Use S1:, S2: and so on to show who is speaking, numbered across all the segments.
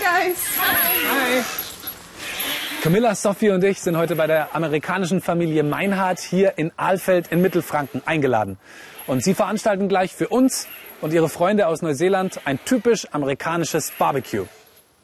S1: guys. Hi.
S2: Camilla, Sophie und ich sind heute bei der amerikanischen Familie Meinhardt hier in Alfeld in Mittelfranken eingeladen. Und sie veranstalten gleich für uns und ihre Freunde aus Neuseeland ein typisch amerikanisches Barbecue.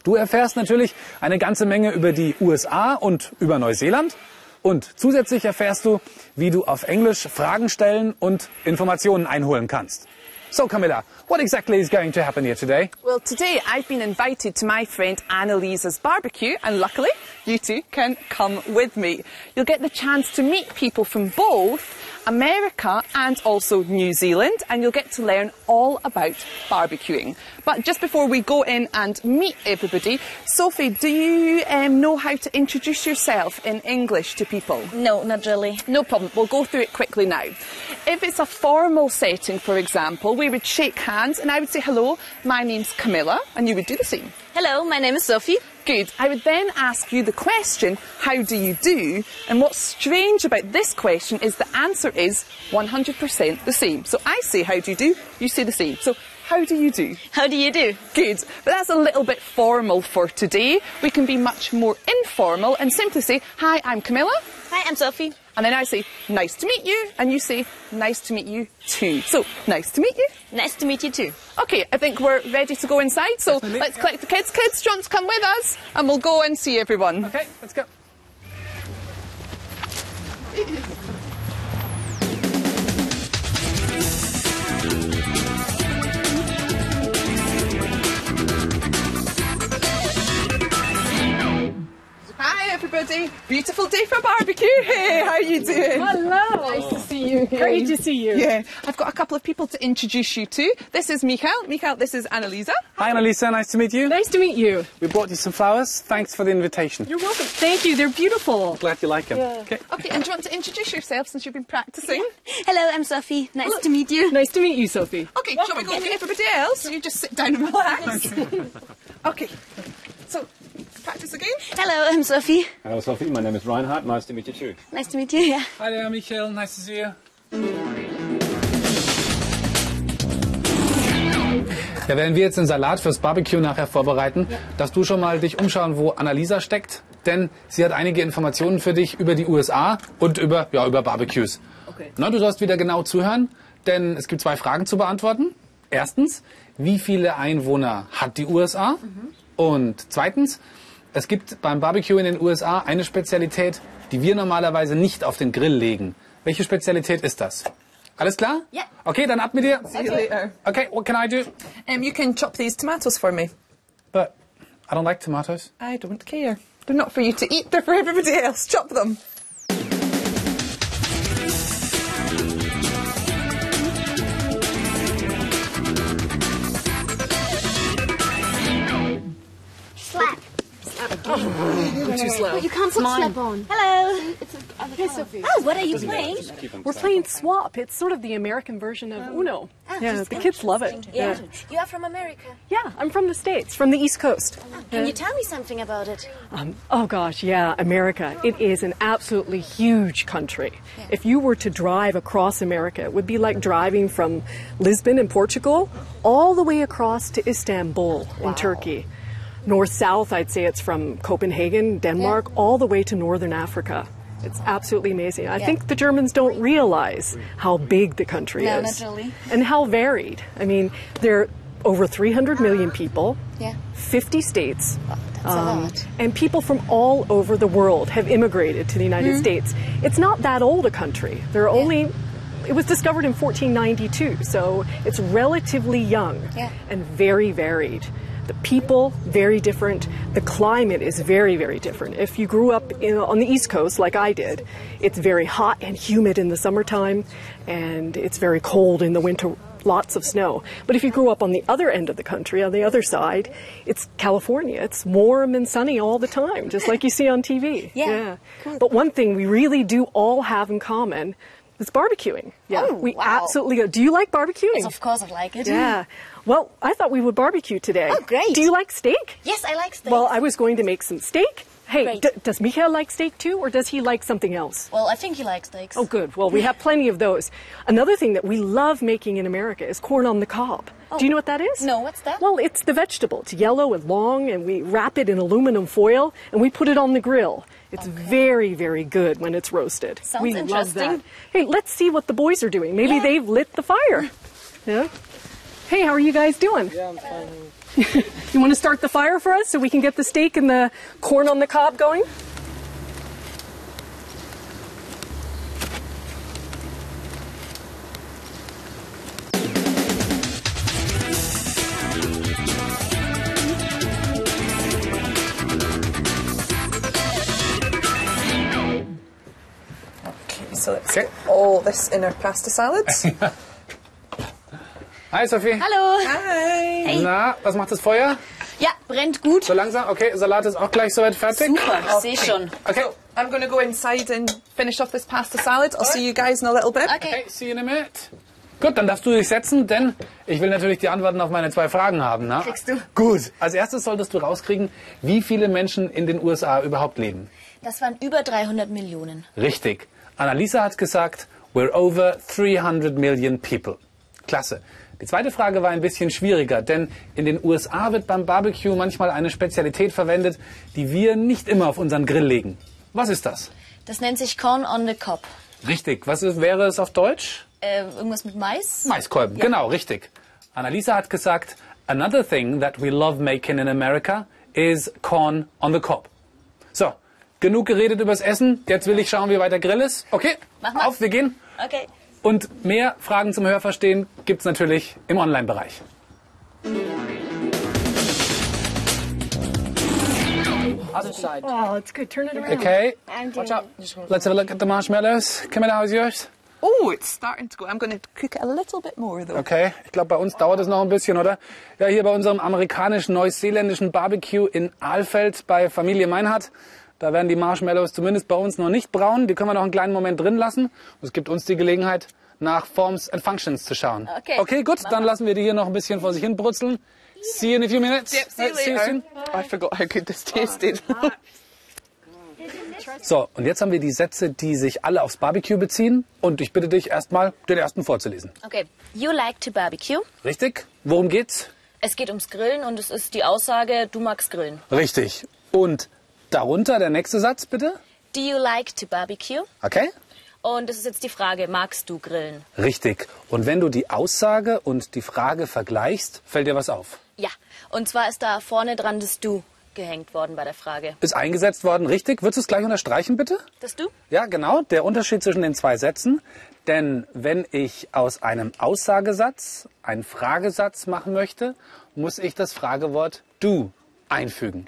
S2: Du erfährst natürlich eine ganze Menge über die USA und über Neuseeland. Und zusätzlich erfährst du, wie du auf Englisch Fragen stellen und Informationen einholen kannst. So, Camilla, what exactly is going to happen here today?
S1: Well, today I've been invited to my friend Annalisa's barbecue, and luckily you two can come with me. You'll get the chance to meet people from both America and also New Zealand, and you'll get to learn all about barbecuing. But just before we go in and meet everybody, Sophie, do you um, know how to introduce yourself in English to people?
S3: No, not really.
S1: No problem. We'll go through it quickly now. If it's a formal setting, for example, we would shake hands and I would say, hello, my name's Camilla, and you would do the same.
S3: Hello, my name is Sophie.
S1: Good. I would then ask you the question, how do you do? And what's strange about this question is the answer is 100% the same. So I say, how do you do? You say the same. So how do you do?
S3: How do you do?
S1: Good. But that's a little bit formal for today. We can be much more informal and simply say, hi, I'm Camilla.
S3: Hi, I'm Sophie.
S1: And then I say, nice to meet you. And you say, nice to meet you too. So, nice to meet you.
S3: Nice to meet you too.
S1: Okay, I think we're ready to go inside. So, let's collect the kids. Kids, do you want to come with us? And we'll go and see everyone.
S2: Okay, let's go.
S1: Hi, everybody. Beautiful day for barbecue. Hey, how you doing?
S4: Hello. Nice to see you. Again. Great to see you.
S1: Yeah, I've got a couple of people to introduce you to. This is Mikael. Mikael, this is Annalisa.
S2: Hi, Annalisa. Nice to meet you.
S4: Nice to meet you.
S2: We brought you some flowers. Thanks for the invitation.
S4: You're welcome. Thank you. They're beautiful.
S2: Glad you like them.
S4: Yeah.
S2: Okay.
S1: Okay, and do you want to introduce yourself since you've been practicing?
S3: Hello, I'm Sophie. Nice to meet you.
S4: Nice to meet you, Sophie.
S1: Okay, shall we go to everybody else? You just sit down and relax. okay. So, practice again.
S3: Hello, I'm Sophie.
S5: Hello, Sophie. My name is Reinhard. Nice to meet you too.
S3: Nice to meet you. Yeah.
S2: Hi there, Michael. Nice to see you. Ja, während wir jetzt den Salat fürs Barbecue nachher vorbereiten, darfst du schon mal dich umschauen, wo Annalisa steckt, denn sie hat einige Informationen für dich über die USA und über, ja, über Barbecues.
S4: Okay.
S2: Na, du sollst wieder genau zuhören, denn es gibt zwei Fragen zu beantworten. Erstens, wie viele Einwohner hat die USA? Und zweitens, es gibt beim Barbecue in den USA eine Spezialität, die wir normalerweise nicht auf den Grill legen. Welche Spezialität ist das? Alles klar?
S3: Ja.
S2: Okay, dann ab mit dir.
S1: See you later.
S2: Okay, what can I do?
S1: Um, you can chop these tomatoes for me.
S2: But I don't like tomatoes.
S1: I don't care. They're not for you to eat, they're for everybody else. Chop them.
S6: Slap.
S1: Which is low.
S6: You can't put slap on.
S3: Hello.
S6: It's a other colour.
S4: Sophie.
S3: Oh, what are you playing?
S4: We're playing Swap. It's sort of the American version of Uno. yeah, the kids love it.
S3: Yeah. You are from America.
S4: Yeah, I'm from the States, from the East Coast.
S3: Can you tell me something about it?
S4: Um, oh gosh, yeah, America. It is an absolutely huge country. If you were to drive across America, it would be like driving from Lisbon in Portugal all the way across to Istanbul in Turkey. North south, I'd say it's from Copenhagen, Denmark, all the way to northern Africa. It's absolutely amazing. I think the Germans don't realize how big the country
S3: No,
S4: is
S3: not really.
S4: and how varied. I mean, there are over 300 million people.
S3: Yeah.
S4: 50 states.
S3: That's a lot.
S4: And people from all over the world have immigrated to the United
S3: Mm-hmm.
S4: States. It's not that old a country. There are only, it was discovered in 1492, so it's relatively young
S3: Yeah.
S4: and very varied. The people, very different. The climate is very, very different. If you grew up in, on the East Coast, like I did, it's very hot and humid in the summertime, and it's very cold in the winter, lots of snow. But if you grew up on the other end of the country, on the other side, it's California. It's warm and sunny all the time, just like you see on TV.
S3: Yeah,
S4: But one thing we really do all have in common is barbecuing. Yeah.
S3: Oh,
S4: we
S3: wow.
S4: absolutely do. you like barbecuing?
S3: Yes, of course I like it.
S4: Yeah. Well, I thought we would barbecue today.
S3: Oh, great.
S4: Do you like steak?
S3: Yes, I like steak.
S4: Well, I was going to make some steak Hey,
S3: Great.
S4: d- does Michael like steak too, or does he like something else?
S3: Well, I think he likes steaks.
S4: Oh, good. Well, we have plenty of those. Another thing that we love making in America is corn on the cob. Do you know what that is?
S3: Oh. No, what's that?
S4: Well, it's the vegetable. It's yellow and long, and we wrap it in aluminum foil and we put it on the grill. It's very, very good when it's roasted.
S3: Sounds
S4: we Love that.
S3: interesting.
S4: Hey, let's see what the boys are doing. Maybe
S3: Yeah.
S4: they've lit the fire. Yeah. Hey, how are you guys doing? Yeah, I'm fine. you want to start the fire for us so we can get the steak and the corn on the cob going?
S1: Okay, so let's
S2: Okay.
S1: get all this in our pasta salads.
S2: Hi Sophie.
S3: Hallo.
S1: Hi.
S2: Na, was macht das Feuer?
S3: Ja, brennt gut.
S2: So langsam? Okay, Salat ist auch gleich soweit fertig.
S3: Super, ich sehe schon.
S2: Okay.
S1: I'm going to go inside and finish off this pasta salad. I'll see you guys in a little bit.
S3: Okay.
S2: Okay, see you in a minute. Gut, dann darfst du dich setzen, denn ich will natürlich die Antworten auf meine zwei Fragen haben. Na?
S3: Kriegst du.
S2: Gut. Als erstes solltest du rauskriegen, wie viele Menschen in den USA überhaupt leben.
S3: Das waren über 300 Millionen.
S2: Richtig. Annalisa hat gesagt, we're over 300 million people. Klasse. Die zweite Frage war ein bisschen schwieriger, denn in den USA wird beim Barbecue manchmal eine Spezialität verwendet, die wir nicht immer auf unseren Grill legen. Was ist das?
S3: Das nennt sich Corn on the Cob.
S2: Richtig. Was ist, wäre es auf Deutsch?
S3: Äh, irgendwas mit Mais?
S2: Maiskolben, genau, richtig. Annalisa hat gesagt, another thing that we love making in America is corn on the cob. So, genug geredet übers Essen. Jetzt will ich schauen, wie weit der Grill ist. Okay,
S3: Mach mal.
S2: auf, wir gehen.
S3: Okay.
S2: Und mehr Fragen zum Hörverstehen gibt's natürlich im Online-Bereich.
S7: Other side.
S4: Oh, it's good. Turn it
S3: Ah.
S4: around.
S2: Okay,
S6: I'm doing
S7: Watch out.
S2: let's have a look at the marshmallows. Camilla, how's yours?
S1: Oh, it's starting to go. I'm going to cook it a little bit more though.
S2: Okay, ich glaube, bei uns dauert es noch ein bisschen, oder? Ja, hier bei unserem amerikanisch-neuseeländischen Barbecue in Ahlfeld bei Familie Meinhardt. Da werden die Marshmallows zumindest bei uns noch nicht braun. Die können wir noch einen kleinen Moment drin lassen. Und es gibt uns die Gelegenheit, nach Forms and Functions zu schauen.
S3: Okay.
S2: Okay, gut, dann lassen wir die hier noch ein bisschen vor sich hin brutzeln. See you in a few minutes.
S1: Yep, see you
S2: Äh, you
S1: later.
S2: soon.
S1: I forgot how good this tasted.
S2: So, und jetzt haben wir die Sätze, die sich alle aufs Barbecue beziehen. Und ich bitte dich erstmal, den ersten vorzulesen.
S3: Okay. You like to barbecue?
S2: Richtig? Worum geht's?
S3: Es geht ums Grillen und es ist die Aussage, du magst Grillen.
S2: Richtig. Und darunter der nächste Satz, bitte.
S3: Do you like to barbecue?
S2: Okay?
S3: Und das ist jetzt die Frage, magst du Grillen?
S2: Richtig. Und wenn du die Aussage und die Frage vergleichst, fällt dir was auf.
S3: Ja. Und zwar ist da vorne dran das Du gehängt worden bei der Frage.
S2: Ist eingesetzt worden, richtig? Würdest du es gleich unterstreichen, bitte?
S3: Das Du?
S2: Ja, genau, der Unterschied zwischen den zwei Sätzen. Denn wenn ich aus einem Aussagesatz einen Fragesatz machen möchte, muss ich das Fragewort du einfügen.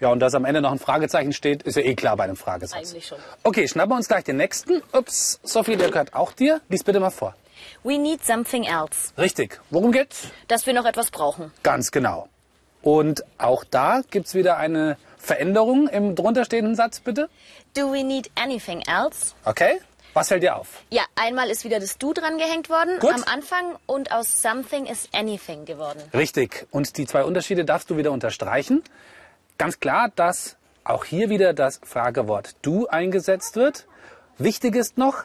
S2: Ja, und dass am Ende noch ein Fragezeichen steht, ist ja eh klar bei einem Fragesatz.
S3: Eigentlich schon.
S2: Okay, schnappen wir uns gleich den nächsten. Ups, Sophie, der gehört auch dir. Lies bitte mal vor.
S3: We need something else.
S2: Richtig. Worum geht's?
S3: Dass wir noch etwas brauchen.
S2: Ganz genau. Und auch da gibt's wieder eine Veränderung im drunterstehenden Satz, bitte.
S3: Do we need anything else?
S2: Okay? Was fällt dir auf?
S3: Ja, einmal ist wieder das Du dran gehängt worden
S2: Gut.
S3: am Anfang und aus something ist anything geworden.
S2: Richtig. Und die zwei Unterschiede darfst du wieder unterstreichen. Ganz klar, dass auch hier wieder das Fragewort du eingesetzt wird. Wichtig ist noch,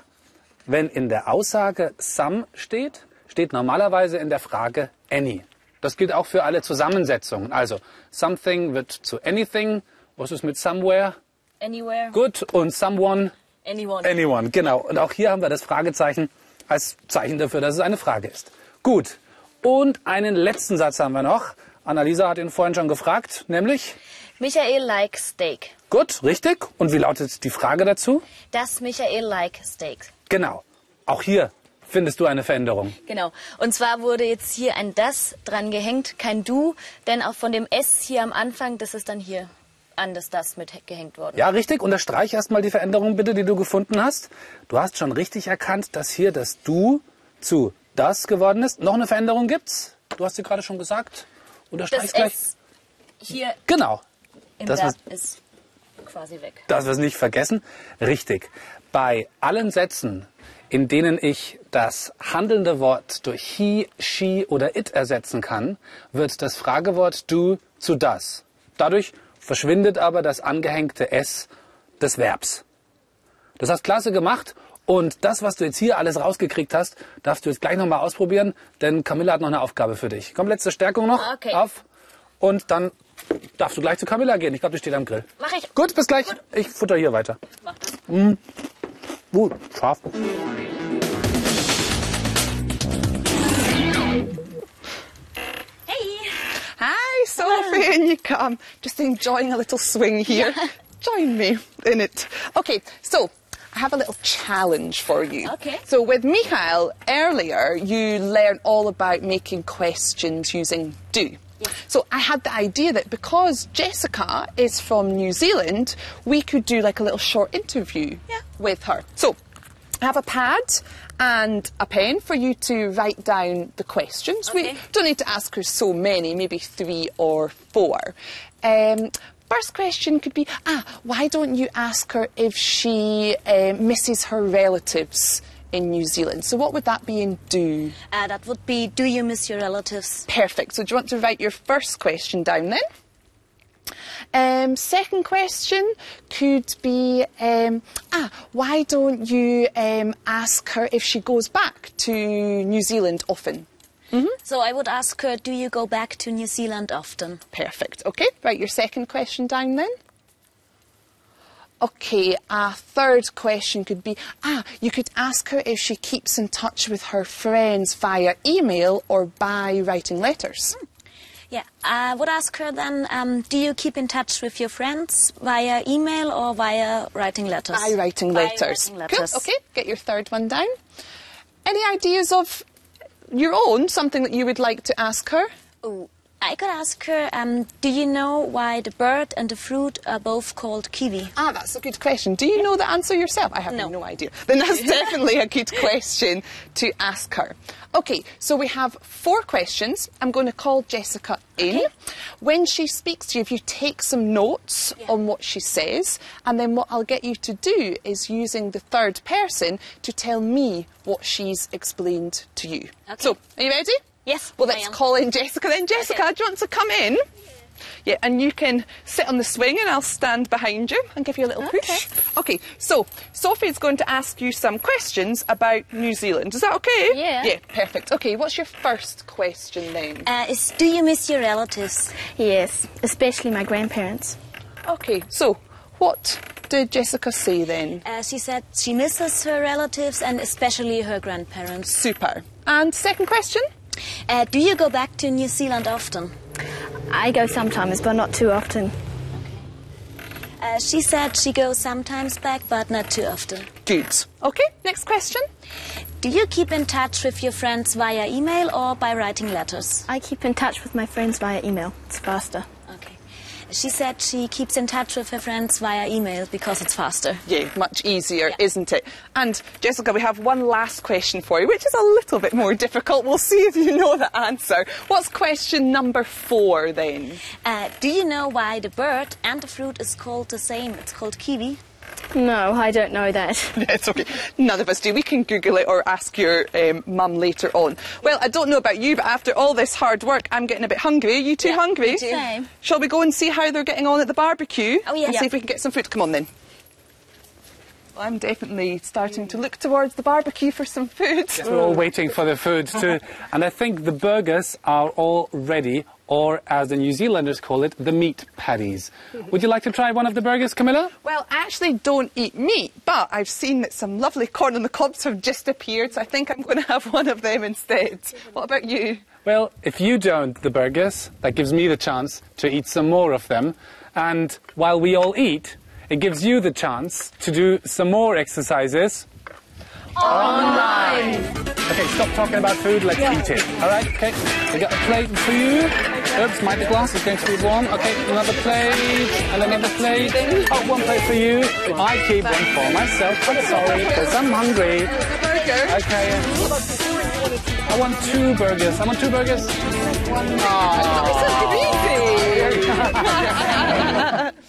S2: wenn in der Aussage some steht, steht normalerweise in der Frage any. Das gilt auch für alle Zusammensetzungen. Also something wird zu anything. Was ist mit somewhere?
S3: Anywhere,
S2: Gut. Und someone
S3: anyone.
S2: Anyone, genau. Und auch hier haben wir das Fragezeichen als Zeichen dafür, dass es eine Frage ist. Gut. Und einen letzten Satz haben wir noch. Annalisa hat ihn vorhin schon gefragt, nämlich,
S3: Michael like steak.
S2: gut, richtig. Und wie lautet die Frage dazu?
S3: Das Michael like steak.
S2: Genau. Auch hier findest du eine Veränderung.
S3: Genau. Und zwar wurde jetzt hier ein das dran gehängt, kein du, denn auch von dem s hier am Anfang, das ist dann hier an das das mit gehängt worden.
S2: Ja, richtig. Unterstreich erstmal die Veränderung bitte, die du gefunden hast. Du hast schon richtig erkannt, dass hier das Du zu das geworden ist. Noch eine Veränderung gibt's? Du hast sie gerade schon gesagt. Unterstreich
S3: Das
S2: gleich.
S3: s hier
S2: Genau.
S3: im
S2: Das
S3: da
S2: ist-
S3: ist quasi weg.
S2: dass wir es nicht vergessen. Richtig. Bei allen Sätzen, in denen ich das handelnde Wort durch he, she oder it ersetzen kann, wird das Fragewort du zu das. Dadurch verschwindet aber das angehängte S des Verbs. Das hast klasse gemacht und das, was du jetzt hier alles rausgekriegt hast, darfst du jetzt gleich nochmal ausprobieren, denn Camilla hat noch eine Aufgabe für dich. Komm, letzte Stärkung noch
S3: Okay.
S2: auf und dann darfst du gleich zu Camilla gehen. Ich glaube, die steht am Grill.
S3: Mach ich.
S2: Gut, bis gleich. Ich futter hier weiter. Mm. Uh, scharf.
S1: Hi, Sophie, in you come. Just enjoying a little swing here. Join me in it. Okay, so I have a little challenge for you.
S3: Okay.
S1: So with Michael earlier, you learned all about making questions using do. So I had the idea that because Jessica is from New Zealand, we could do like a little short interview with her. So I have a pad and a pen for you to write down the questions. We
S3: Okay.
S1: don't need to ask her so many, maybe three or four. Um, first question could be Ah, why don't you ask her if she uh, misses her relatives in New Zealand? So, what would that be in do?
S3: Uh, that would be, do you miss your relatives?
S1: Perfect. So, do you want to write your first question down then? Um, second question could be um, Ah, why don't you um, ask her if she goes back to New Zealand often?
S3: So I would ask her, do you go back to New Zealand often?
S1: Perfect. Okay, write your second question down then. Okay, a third question could be Ah, you could ask her if she keeps in touch with her friends via email or by writing letters.
S3: Yeah, I would ask her then, um, do you keep in touch with your friends via email or via writing letters?
S1: By writing
S3: By
S1: letters.
S3: writing letters.
S1: Cool, okay, get your third one down. Any ideas of your own, something that you would like to ask her?
S3: Ooh, I could ask her, um, do you know why the bird and the fruit are both called kiwi?
S1: Ah, that's a good question. Do you know the answer yourself? I have no,
S3: No.
S1: idea. Then that's definitely a good question to ask her. Okay, so we have four questions. I'm going to call Jessica in. When she speaks to you, if you take some notes on what she says, and then what I'll get you to do is using the third person to tell me what she's explained to you. So, are you ready?
S3: Yes,
S1: Well,
S3: I
S1: let's
S3: am.
S1: call in Jessica then. Jessica, do you want to come in? Yeah, and you can sit on the swing and I'll stand behind you and give you a little push. Okay, so Sophie's going to ask you some questions about New Zealand. Is that okay?
S3: Yeah.
S1: Yeah, perfect. Okay, what's your first question then?
S3: Uh, is, do you miss your relatives?
S6: Yes, especially my grandparents.
S1: Okay, so what did Jessica say then?
S3: Uh, she said she misses her relatives and especially her grandparents.
S1: Super. And second question?
S3: Uh, do you go back to New Zealand often?
S6: I go sometimes, but not too often.
S3: Uh, she said she goes sometimes back, but not too often.
S1: Good. Okay, next question?
S3: Do you keep in touch with your friends via email or by writing letters?
S6: I keep in touch with my friends via email. It's faster.
S3: Okay. She said she keeps in touch with her friends via email because it's faster.
S1: Yeah, much easier,
S3: Yeah.
S1: isn't it? And Jessica, we have one last question for you, which is a little bit more difficult. We'll see if you know the answer. What's question number four then?
S3: Uh, do you know why the bird and the fruit is called the same? It's called kiwi.
S6: No, I don't know that.
S1: It's okay. None of us do. We can Google it or ask your um, mum later on. Well, I don't know about you, but after all this hard work, I'm getting a bit hungry. Are you too hungry?
S3: too. Same.
S1: Shall we go and see how they're getting on at the barbecue?
S3: Oh, yeah.
S1: And see
S3: Yeah.
S1: if we can get some food. Come on then. Well, I'm definitely starting to look towards the barbecue for some food.
S2: We're all waiting for the food too. And I think the burgers are all ready, or as the New Zealanders call it, the meat patties. Would you like to try one of the burgers, Camilla?
S1: Well, I actually don't eat meat, but I've seen that some lovely corn on the cobs have just appeared, so I think I'm going to have one of them instead. What about you?
S2: Well, if you don't the burgers, that gives me the chance to eat some more of them. And while we all eat, it gives you the chance to do some more exercises. Online! Okay, stop talking about food, let's eat it. Alright, okay. We got a plate for you. Oops, my glass is going to be warm. Okay, another plate, and another plate. Oh, one plate for you. I keep one for myself, but sorry, because I'm hungry.
S1: The burger?
S2: Okay. I want two burgers. I want two burgers.
S1: It's so easy.